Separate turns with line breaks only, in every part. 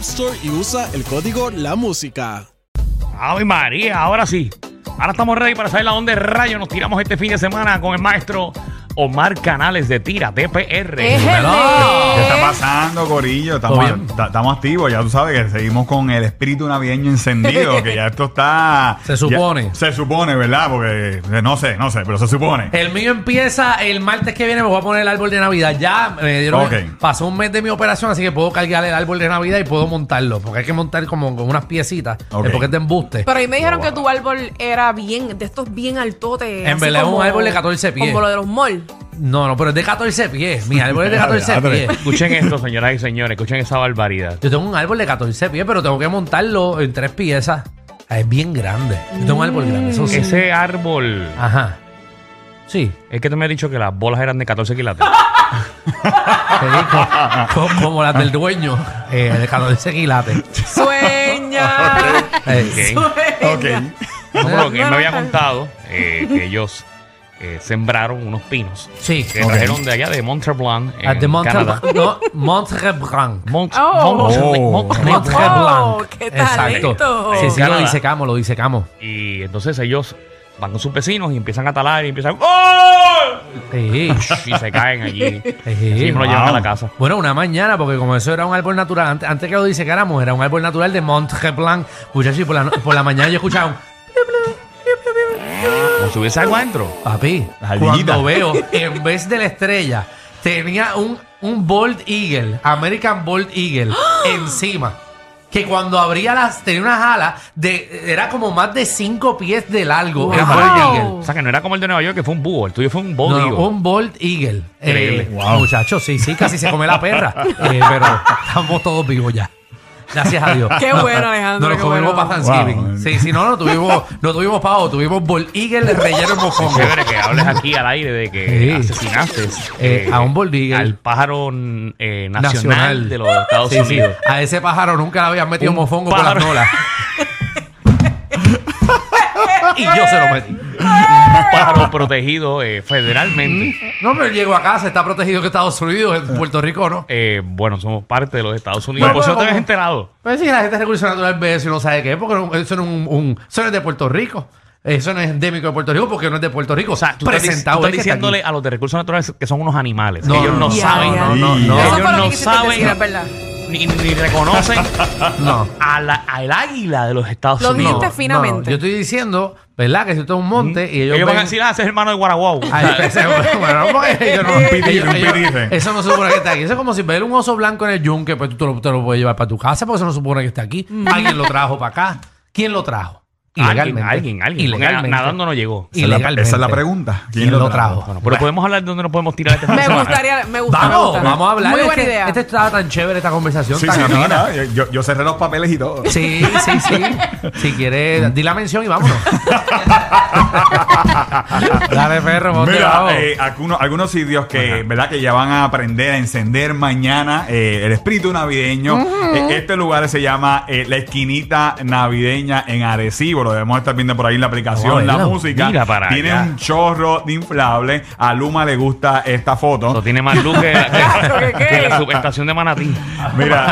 Store y usa el código La Música.
Ay María, ahora sí. Ahora estamos ready para saber a dónde rayo nos tiramos este fin de semana con el maestro Omar Canales de Tira, DPR.
Ejele.
¿Qué está pasando, Corillo? Estamos, ta- estamos activos, ya tú sabes que seguimos con el espíritu navideño encendido, que ya esto está...
Se supone.
ya- se supone, ¿verdad? Porque eh, no sé, no sé, pero se supone.
El mío empieza el martes que viene, me voy a poner el árbol de Navidad. Ya me dieron.
Ok.
Pasó un mes de mi operación, así que puedo cargar el árbol de Navidad y puedo montarlo. Porque hay que montar como con unas piecitas.
Ok.
eh, Porque es de embuste.
Pero ahí me dijeron que tu árbol era bien, de estos bien altotes.
En
así
verdad es un
como-
árbol de 14 pies.
Como lo de los malls.
No, no, pero es de 14 pies. Mi árbol es de 14
Adre.
pies.
Escuchen esto, señoras y señores, escuchen esa barbaridad.
Yo tengo un árbol de 14 pies, pero tengo que montarlo en tres piezas. Ah, Es bien grande. Yo tengo un árbol grande, eso
Mm.
sí.
Ese árbol,
Ajá. Sí.
es que tú me has dicho que las bolas eran de 14 quilates.
Te digo, co- como las del dueño, eh, de 14 quilates.
Sueña.
Eh,
Ok.
Ok.
Sueña.
No, pero lo que él me había
No, no, no.
contado, eh, que ellos eh, sembraron unos pinos
Sí.
que
Ok.
trajeron de allá, de Montreblanc, en
Ah, de
Canadá.
Montreblanc. No, Montreblanc.
Mont-
Oh.
Montre-
Oh.
Montreblanc.
Montreblanc.
Oh, qué talento.
Exacto.
En
Sí, sí, lo
Canadá.
disecamos, lo disecamos.
Y entonces ellos van con sus vecinos y empiezan a talar y empiezan ¡Oh!
Sí.
y se caen allí.
Sí,
y no lo
wow.
llevan a la casa.
Bueno, una mañana, porque como eso era un árbol natural, antes, antes que lo disecáramos, era un árbol natural de Montreblanc. Muchachos, y por la, no- por la mañana yo escuchaba un
Como si hubiese agua adentro.
papi.
Las ardillitas.
Cuando veo, en vez de la estrella, tenía un, un Bold Eagle, American Bold Eagle, encima. Que cuando abría las, tenía unas alas, de, era como más de 5 pies de largo. el
Wow.
Bald Eagle.
O sea, que no era como el de Nueva York, que fue un búho. El tuyo fue un
No,
bódigo.
no, un Bolt Eagle.
Increíble.
Eh, Muchachos, sí, sí, casi se come la perra. Eh, pero estamos todos vivos ya. Gracias a Dios.
Qué bueno, Alejandro,
Nos lo
qué
comimos
bueno.
para Thanksgiving.
Wow.
Sí, sí, no, no tuvimos, no tuvimos pavo, tuvimos Bolt Eagle relleno en mofongo.
Chévere que hables aquí al aire de que
Sí.
asesinaste
Eh, a un Bold Eagle.
Al pájaro eh, nacional,
Nacional.
de los Estados
Sí, sí.
Unidos.
A ese pájaro nunca le habían metido
Un
mofongo por las
pájaro.
nolas. y yo se lo metí.
Un pájaro protegido eh, federalmente.
No, pero llego acá, se está protegido que Estados Unidos, en Puerto Rico, ¿no?
Eh, bueno, somos parte de los Estados Unidos.
Bueno,
Por eso no te
como-
habías enterado.
Pues sí, la gente de Recursos Naturales ve eso y no sabe qué es, porque no- eso no es un, un- eso no es de Puerto Rico. Eso no es endémico de Puerto Rico porque no es de Puerto Rico.
O sea, tú estás, dic-
Presentado
tú
es
estás
que está
diciéndole a los de recursos naturales que son unos animales.
No,
Ellos no,
no, no,
saben,
no,
no, no,
ellos
no.
Eso fue lo
no
que quisiste
saben,
decir, es verdad.
ni, ni reconocen
aquí. No.
a la- al águila de los Estados
Lo
Unidos.
dijiste
No,
finamente.
no, Yo estoy diciendo, ¿verdad? Que si esto es un monte y ellos, Ah,
ellos van a
ven-
decir, ah, ese es hermano de Guaraguau.
Ay, ese- bueno, pues, ellos no-
Un piti,
ellos-
un
ellos-
piti.
Eso no se supone que está aquí. Eso es como si ver un oso blanco en el yunque, pues tú te lo, te lo puedes llevar para tu casa porque eso no se supone que está aquí. Alguien lo trajo para acá. ¿Quién lo trajo?
Alguien, alguien, alguien. porque
Ilegalmente.
Nadando no llegó.
Esa es la-
Ilegalmente.
Esa es la pregunta.
¿Quién lo trajo?
Bueno, pero podemos hablar de dónde nos podemos tirar este fin de
Me
semana.
gustaría, me gusta. me
Vamos,
gusta.
vamos a hablar.
Muy
Es
buena
que
idea.
Este estaba tan chévere esta conversación,
Sí,
tan
sí, no,
amena.
no, yo, yo cerré los papeles y todo.
Sí, sí, sí. Si quieres, di la mención y vámonos. Dale, perro, ponte bravo.
Mira, eh, algunos, algunos sitios que, ¿verdad? que ya van a aprender a encender mañana eh, el espíritu navideño. Eh, este lugar se llama eh, La Esquinita Navideña en Arecibo. lo debemos estar viendo por ahí en la
Vamos
aplicación,
a
la
verlo.
música.
Mira para
tiene
allá.
un chorro de inflable. A Luma le gusta esta
Eso
foto.
tiene más luz que la,
Claro,
que-
¿que qué?
que la subestación de Manatí.
Ah,
Mira,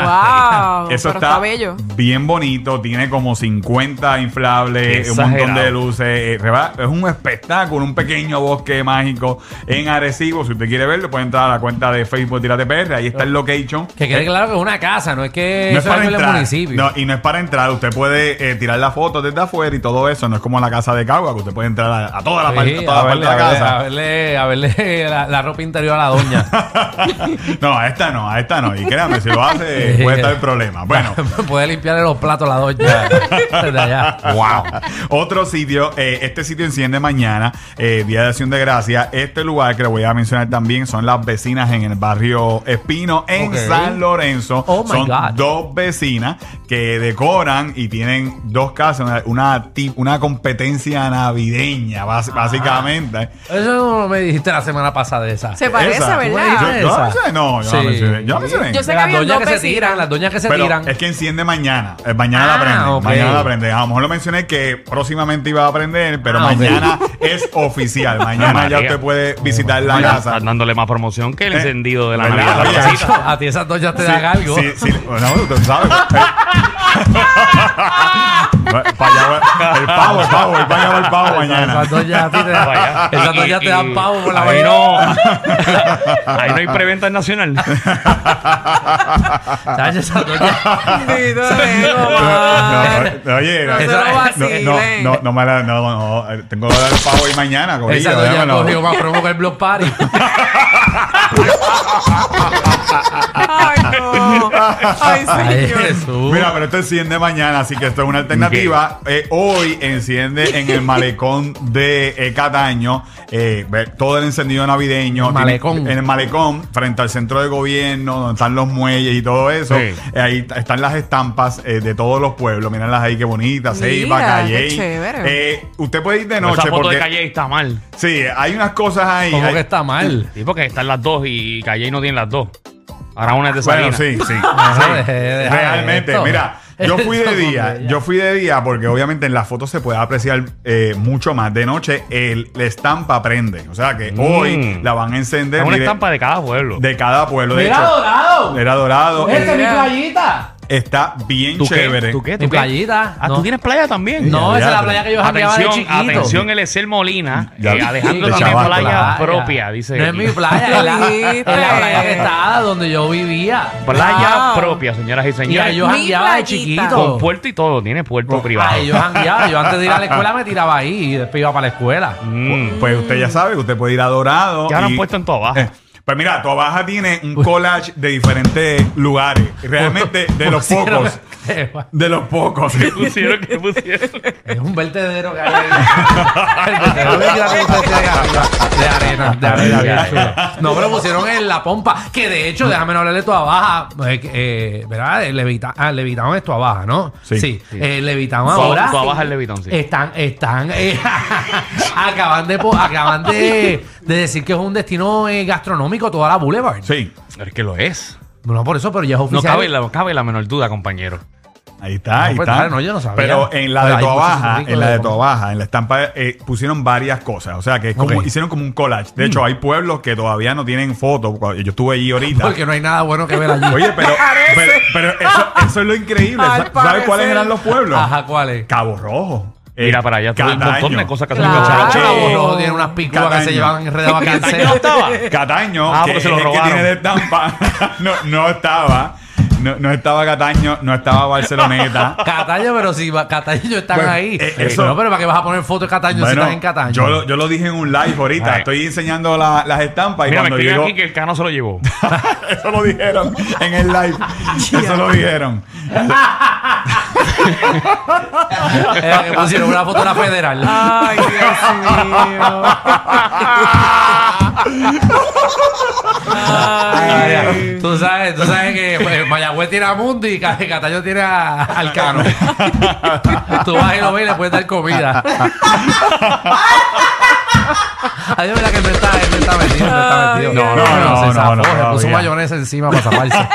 Wow,
eso
pero
está,
está bello.
bien bonito, tiene como 50
Qué
inflables, un
exagerado.
montón de luces, eh, reba- es un espectáculo, un pequeño bosque mágico en Arecibo, si usted quiere verlo puede entrar a la cuenta de Facebook Tírate PR, ahí está el location.
Que quede claro que es una casa, no es que
eh, No es
eso es
para
algo del
entrar.
municipio.
No, y no es para entrar. Usted puede eh, tirar las fotos desde afuera y todo eso. No es como la casa de Cagua, que usted puede entrar a, a toda la parte, a
Sí,
toda
a
la
verle,
parte de la
a ver-
casa.
a verle, a verle la, la ropa interior a la doña.
No, a esta no, a esta no. Y créanme, si lo hace, puede estar el problema. Bueno.
Puede limpiarle los platos a la doña desde allá.
Wow. Otro sitio, eh, este sitio enciende mañana, eh, Día de Acción de Gracia. Este lugar que le voy a mencionar también son las vecinas en el barrio Espino, en
Ok.
San Lorenzo.
Oh, my
son
God.
dos vecinas que decoran y tienen dos casas, una, una, ti- una competencia navideña, bas- básicamente.
Eso no me dijiste la semana pasada de esa.
Se parece,
Esa.
¿verdad?
Yo- yo la mencioné, no, yo la
Sí.
mencioné, yo la mencioné.
Yo sé
De
que
las
habían
doñas
dos
que se
vecinas.
tiran, las doñas que se
Pero
tiran.
es que enciende mañana. Eh, mañana
Ah,
la aprende.
ok.
Mañana la aprende. A lo mejor lo mencioné que próximamente iba a aprender, pero
Ah, ok.
mañana es oficial. Mañana ya
María.
usted puede visitar la
Están
casa.
dándole más promoción que el
Eh,
encendido de la
¿verdad?
Navidad.
Oye,
La
Chacho,
casita.
a ti esas doñas te dan algo.
Sí, sí, bueno, usted sabe. Eh, pa' allá va- el pavo, el pavo, el pavo, el pavo mañana. Ah,
Esas doñas a ti te
Vaya.
dan, esas
Y-
doñas te dan
y-
pavo por la
ahí
mañana.
no, ahí no hay preventa en nacional.
Chacho, esas doñas-
Bendito Dios,
No,
madre.
no, oye,
No se
lo
no, no,
vacilen.
no, no, me la- no, no, eh, tengo que dar el pavo y mañana,
Esa
corillo,
doña
déjamelo.
cogió más promo que el Block Party.
Ay, no. Ay,
Ay,
señor.
Jesús.
Mira, pero esto enciende mañana, así que esto es una alternativa. Eh, hoy enciende en el malecón de eh, Cataño eh, ve- todo el encendido navideño.
El malecón.
Tiene- En el malecón, frente al centro de gobierno, donde están los muelles y todo eso.
Sí.
Eh, ahí t- están las estampas eh, de todos los pueblos. Mírenlas ahí, qué bonitas.
Mira,
Ceiba,
qué
Calle.
chévere.
Eh, usted puede ir de
Esa
noche
foto
porque.
de Calle está mal.
Sí, hay unas cosas ahí.
¿Cómo
hay-
que está mal?
Sí, porque están las dos y Calle no tiene las dos. Ahora una es de
Bueno,
Salinas.
sí, sí.
Ajá,
sí.
deje- deje
Realmente,
Eh, esto.
mira, yo fui de
Esto,
día,
hombre, ya.
yo fui de día porque obviamente en las fotos se puede apreciar eh, mucho más. De noche, el, la estampa prende. O sea que
Mm.
hoy la van a encender
Es una
mire,
estampa de cada pueblo.
de cada pueblo. De
Mira,
hecho, eh,
dorado.
era dorado.
Esta es mi
Mira.
playita.
Está bien
¿Tú
chévere.
qué? ¿Tú qué?
Mi
¿Tú qué?
playita.
Ah,
No.
¿tú tienes playa también?
No, esa es
Ya,
la playa que yo jangueaba de
Atención,
chiquito.
atención, el Ezel Molina.
Ya.
Eh, Alejandro
De
tiene
chaval,
playa
claro.
propia, dice.
No es
aquí.
mi playa, es la, es
Dijiste.
la playa que estaba donde yo vivía.
Playa
Wow.
propia, señoras y
Ah. Mira,
señores.
yo
Mi
jangueaba de
playita.
Con
chiquito.
puerto y todo, tiene puerto privado.
Ay, yo jangueaba. Yo antes de ir a la escuela me tiraba ahí y después iba para la escuela.
Mm.
Pues usted ya sabe, usted puede ir a dorado.
Ya lo han
y-
puesto en toda baja.
Eh, Pues mira, tu Baja tiene un collage de diferentes lugares. Realmente de los
Pusieron-
pocos. De los pocos.
pusieron? ¿Qué pusieron?
Es un vertedero que hay ahí. El vertedero que tira como usted tiene arriba. De arena, de arena, bien chulo. No, pero pusieron en la pompa. Que de hecho, déjame no hablarle tu abaja. Eh, eh, ¿Verdad? El Levita, ah, el Levitown es tu abaja, ¿no?
Sí.
Eh, el Levitown
Tua-
ahora.
Tua Baja es Levitown, sí.
Están, están. eh, acaban de, po- acaban de, de decir que es un destino eh, gastronómico toda la Boulevard.
Sí.
Es que lo es.
No, por eso, pero ya es
No
oficial.
cabe, la, cabe la menor duda, compañero.
Ahí está, ahí
No, pues,
está.
claro, no, yo no sabía.
Pero en la
O sea,
de
hay
Toa
muchos
Baja,
ricos
en la
de
de
Toa
Toa Baja, en la estampa eh, pusieron varias cosas. O sea, que es como,
Ok.
hicieron como un collage. De hecho, hay pueblos que todavía no tienen fotos. Yo estuve allí ahorita.
Porque no hay nada bueno que ver allí.
Oye, pero, pero,
Parece.
pero eso, eso es lo increíble.
Al
Sa- ¿Sabes cuáles
parecer.
eran los pueblos?
Ajá, ¿cuál es?
Cabo Rojo. eh,
Mira para allá, todo un
Cataño.
montón de cosas que
Claro.
son
Chacho,
Cataño.
Cabo Rojo tiene unas picuas que
Cataño.
se llevan enredadas a
Cataño no
cáncer.
estaba.
Cataño,
Ah,
que
porque se
es
lo
el que
robaron.
tiene de estampa, no, no estaba. No, no estaba Cataño, no estaba Barceloneta.
Cataño, pero si va- Cataño están
Bueno,
ahí.
eh, eso-
No, pero ¿para qué vas a poner fotos de Cataño si
Bueno,
estás en Cataño?
Yo lo, yo lo dije en un live ahorita.
Ay.
Estoy enseñando la- las estampas y
Mira, me
cuando
escriben
llego.
aquí que el cano se lo llevó.
eso lo dijeron en el live. eso lo dijeron.
Eh, que pusieron una foto de la federal.
Ay, Dios mío.
Ah,
Ay, tú sabes, tú sabes que pues, Mayagüez tiene a Mundi y Ca- Cataño tiene a Alcano. tú vas y lo ves y le puedes dar comida. Ay, de verdad que él me está, él me está metido, me está metido.
No, no, no,
se
no,
zafó,
no,
le puso
todavía.
mayonesa encima para zafarse.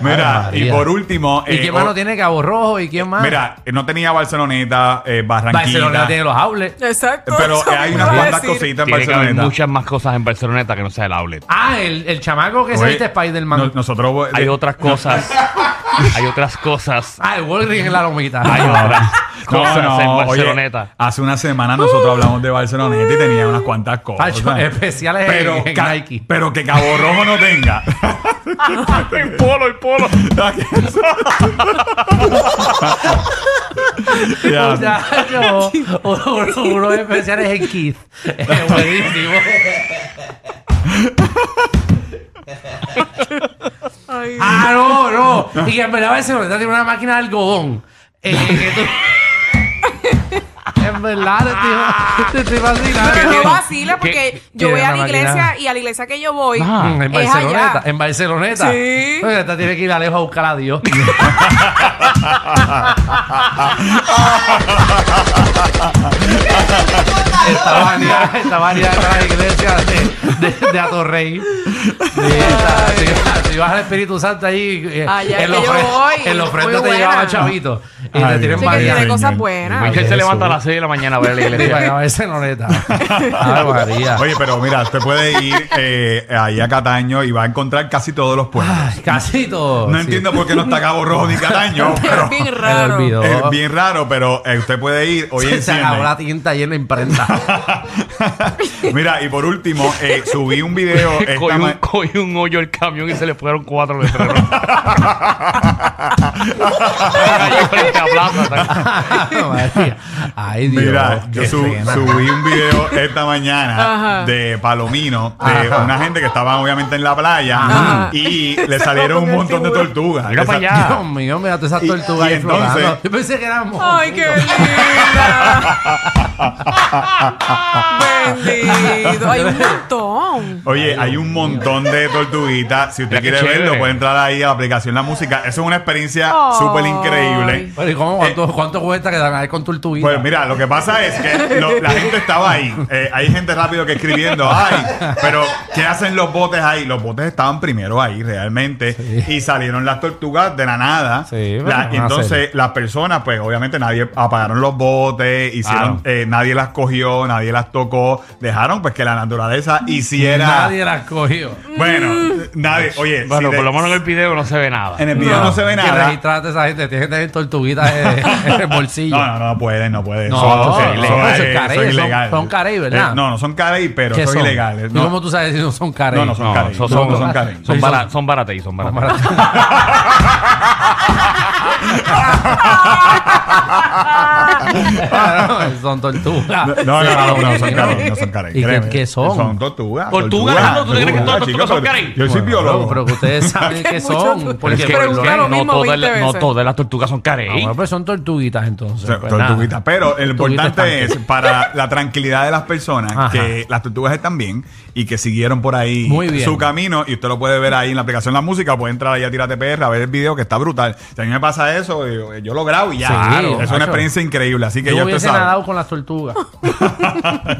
Mira,
Ay,
y
María.
por último.
¿Y
eh,
quién
o-
más no tiene Cabo Rojo? ¿Y quién más?
Mira, no tenía Barceloneta, eh, Barranquilla.
Barcelona tiene los outlets.
Exacto.
Pero eh,
eso
hay
mismo
unas
iba a
cuantas
decir.
cositas en
Tiene que haber
Barceloneta.
muchas más cosas en Barceloneta que no sea el outlet.
Ah, el, el chamaco que se
Oye,
viste este Spider-Man.
no- nosotros.
Hay
eh,
otras cosas. hay otras cosas.
Ah, el Wolverine en la lomita.
Hay otras
No,
cosas
no,
en
oye,
Barceloneta.
hace una semana nosotros hablamos de Barceloneta y tenía unas cuantas cosas.
Pacho, especiales en-
pero,
en
ca-
Nike.
pero que Cabo Rojo no tenga.
el polo, el polo.
Ya.
Muchacho, uno- uno- unos especiales en Keith. Es buenísimo.
Ay,
Ah, no, no. Y que en verdad Barcelona tiene una máquina de algodón. Eh, que tú- en verdad, te estoy, te estoy fascinando.
Pero no
tiene?
vacila porque
¿Qué-
qué
yo voy
tiene
a
la
la
máquina?
iglesia y a la iglesia que yo voy
Ah,
Mm, en
es
Barceloneta,
allá.
en Barceloneta.
Sí.
Oye, esta tiene que ir a lejos a buscar a Dios. Esta baneada, esta baneada de la iglesia de, de, de Atorrey. Sí, esta- si- Si vas al Espíritu Santo ahí, eh,
Allá es
en los
Ah, que yo
fre-
voy,
en los
muy
frentes te
buena.
llevaba chavito. Y te
Ay,
tienen
Dios
Sí, que tiene
María.
baneada.
cosas buenas.
Michelle se
Jesús.
levanta a las 6 de la mañana a ver la
Y
iglesia.
para Barceloneta. Ay, María.
Oye, pero mira, usted puede ir eh, ahí a Cataño y va a encontrar casi todos los pueblos.
Ay, Casi todo.
no
sí.
entiendo por qué no está Cabo Rojo ni Cataño, pero
Es bien
Me lo
raro.
olvidó.
es bien raro, pero eh, usted puede ir hoy
Se,
en
se acabó la tinta llena de imprenta.
Mira, y por último, eh, subí un video esta,
Cogió un,
ma-
cogió un hoyo el camión y se le fueron cuatro letreros. Cayó frente a plaza.
María. Ay, Dios.
Mira, yo
qué
su-
pena.
subí un video esta mañana
Ajá.
de Palomino, de
Ajá.
una gente que estaba obviamente en la playa
Ajá.
y le salieron un
comió el
montón de
tiburón.
tortugas.
Mira
Le
para
sal-
allá.
Dios mío, mira todas esas
Y-
tortugas
y
ahí
entonces-
flotando. Yo pensé que eran
Ay, qué linda. Bendito. Hay un montón.
Oye, hay un montón de tortuguitas. Si usted
Mira qué
quiere verlo,
chévere.
puede entrar ahí a la aplicación La Música. Eso es una experiencia
Ay.
súper increíble.
Pero ¿y cómo? ¿Cuánto, cuánto cuesta que dan ahí con tortuguita?
Eh, Pues mira, lo que pasa es que lo- la gente estaba ahí. Eh, hay gente rápido que escribiendo, ay, pero ¿qué hacen los botes ahí? Los botes estaban primero ahí realmente y salieron las tortugas de la nada.
Sí,
La-
bueno, van a
entonces las personas, pues obviamente nadie apagaron los botes, hicieron,
Claro.
eh, nadie las cogió, nadie las tocó, dejaron pues que la naturaleza hiciera...
Nadie Mm. las cogió.
Bueno, nadie, oye,
Bueno,
si
por
de-
lo menos en el video no se ve nada.
en el video no, se ve
Que
nada.
registraste a esa gente. Tiene que tener tortuguitas en, en el bolsillo.
Ah, No, no, no puede, no puede.
No,
eso es ilegal.
Eso es carey, son- son carey, ¿verdad?
Eh, no, no son carey, pero
¿Qué
son, ilegales.
¿Y
No,
¿Cómo tú sabes si no son caras?
no, no son
No,
carey.
son,
No,
son,
no son carey.
son
Sí,
bara-
son-
son baratas y son baratas.
son tortugas.
No, no, no, no, no, son carey, no son carey.
¿Y qué-
créeme.
qué son?
Son tortugas.
¿Tortugas? No, ¿tú te crees que todas las
chicos,
tortugas son
pero-
carey?
Yo soy
Bueno,
biólogo.
Pero que ustedes saben
Que
qué
mucho
son.
tú-
Pero es
Porque
que,
por
Pero
lo
busca
menos-
lo
no,
mismo
todas
20
las- no
veces.
todas las tortugas son ¿eh?
Ah,
carey.
bueno, pues son tortuguitas
O
entonces.
sea,
pues,
tortuguitas.
nada.
Pero lo importante es
estanque.
para la tranquilidad de las personas
Ajá.
que las tortugas están bien y que siguieron por ahí
Muy bien.
su camino. Y usted lo puede ver ahí en la aplicación La Música. Puede entrar ahí a Tírate PR a ver el video que está brutal. Si a mí me pasa eso, yo, yo lo grabo y ya.
Sí,
Claro, es
macho.
una experiencia increíble. Así que
Yo
ya usted
hubiese
sabe.
nadado con las tortugas.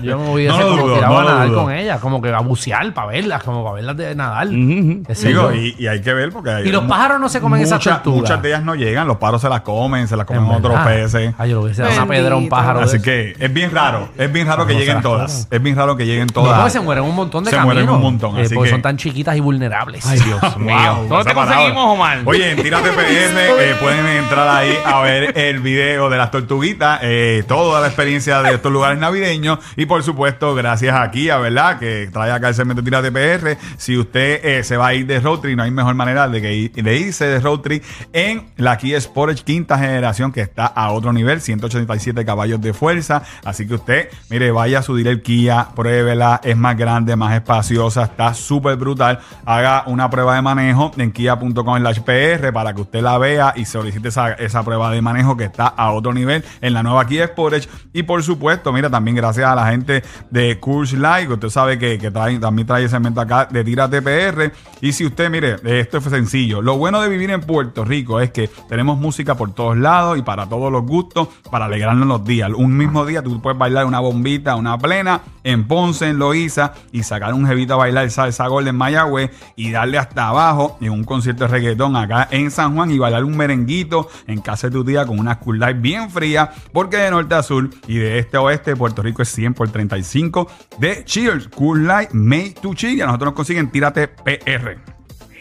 Yo me hubiese
No lo
como
dudo,
tirado
no
a
lo
nadar
dudo.
con ellas, como que a bucear para verlas, como para verlas de nadar.
Ujú.
Qué sé
Digo,
yo.
y, y hay que ver porque hay
Y los
mu-
pájaros no se comen esas
muchas-
tortugas.
Muchas de ellas no llegan, los pájaros se las comen, se las
En
comen otros
verdad.
peces.
Ay, yo le hubiese dado una
Bendito.
pedra a un pájaro.
Así
de
que es bien raro, es bien raro que
No,
lleguen
será
todas. Es bien raro que lleguen
esos. No, porque
todas.
se mueren un montón de
Se
caminos.
mueren un montón,
eh,
así
porque
que-
son tan chiquitas y vulnerables.
Ay, Dios mío.
ah,
Wow,
¿Dónde
esa
te
palabra.
conseguimos, Omar?
Oye, en Tírate PR eh, pueden entrar ahí a ver el video de las tortuguitas, eh, toda la experiencia de estos lugares navideños y por supuesto gracias a Kia, ¿verdad? Que trae acá el segmento Tírate PR. Si usted eh, se va a ir de road trip, no hay mejor manera de, que ir- de irse de road trip en la Kia Sportage quinta generación que está a otro nivel, 187 caballos de fuerza. Así que usted, mire, vaya a su dealer Kia, pruébela, es más grande, más espaciosa, está súper brutal. Haga una prueba de manejo en kia.com/pr para que usted la vea y solicite hiciste esa, esa prueba de manejo que está a otro nivel en la nueva Kia Sportage. Y por supuesto, mira, también gracias a la gente de Curse Live, que usted sabe que, que trae- también trae ese segmento acá de Tira TPR. Y si usted, mire, esto fue sencillo. Lo bueno de vivir en Puerto Rico es que tenemos música por todos lados y para todos los gustos, para alegrarnos los días. Un mismo día tú puedes bailar una bombita, una plena, en Ponce, en Loíza, y sacar un jevito a bailar salsa gol en Mayagüez y darle hasta abajo en un concierto de reggaetón acá en San Juan y bailar un merenguito en casa de tu tía con una cool light bien fría, porque de norte a sur y de este a oeste Puerto Rico es 100 por 35 de Cheers, Cool Light, Made to Chill, y a nosotros nos consiguen Tírate PR.
Ahí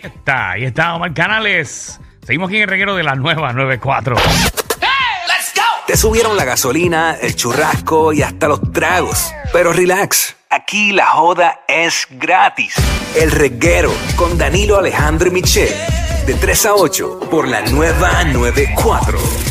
está, ahí está Omar Canales. Seguimos aquí en el reguero de la nueva 94.
Te subieron la gasolina, el churrasco y hasta los tragos. Pero relax, aquí la joda es gratis. El reguero con Danilo Alejandro y Michel, de 3 a 8 por la nueva 94.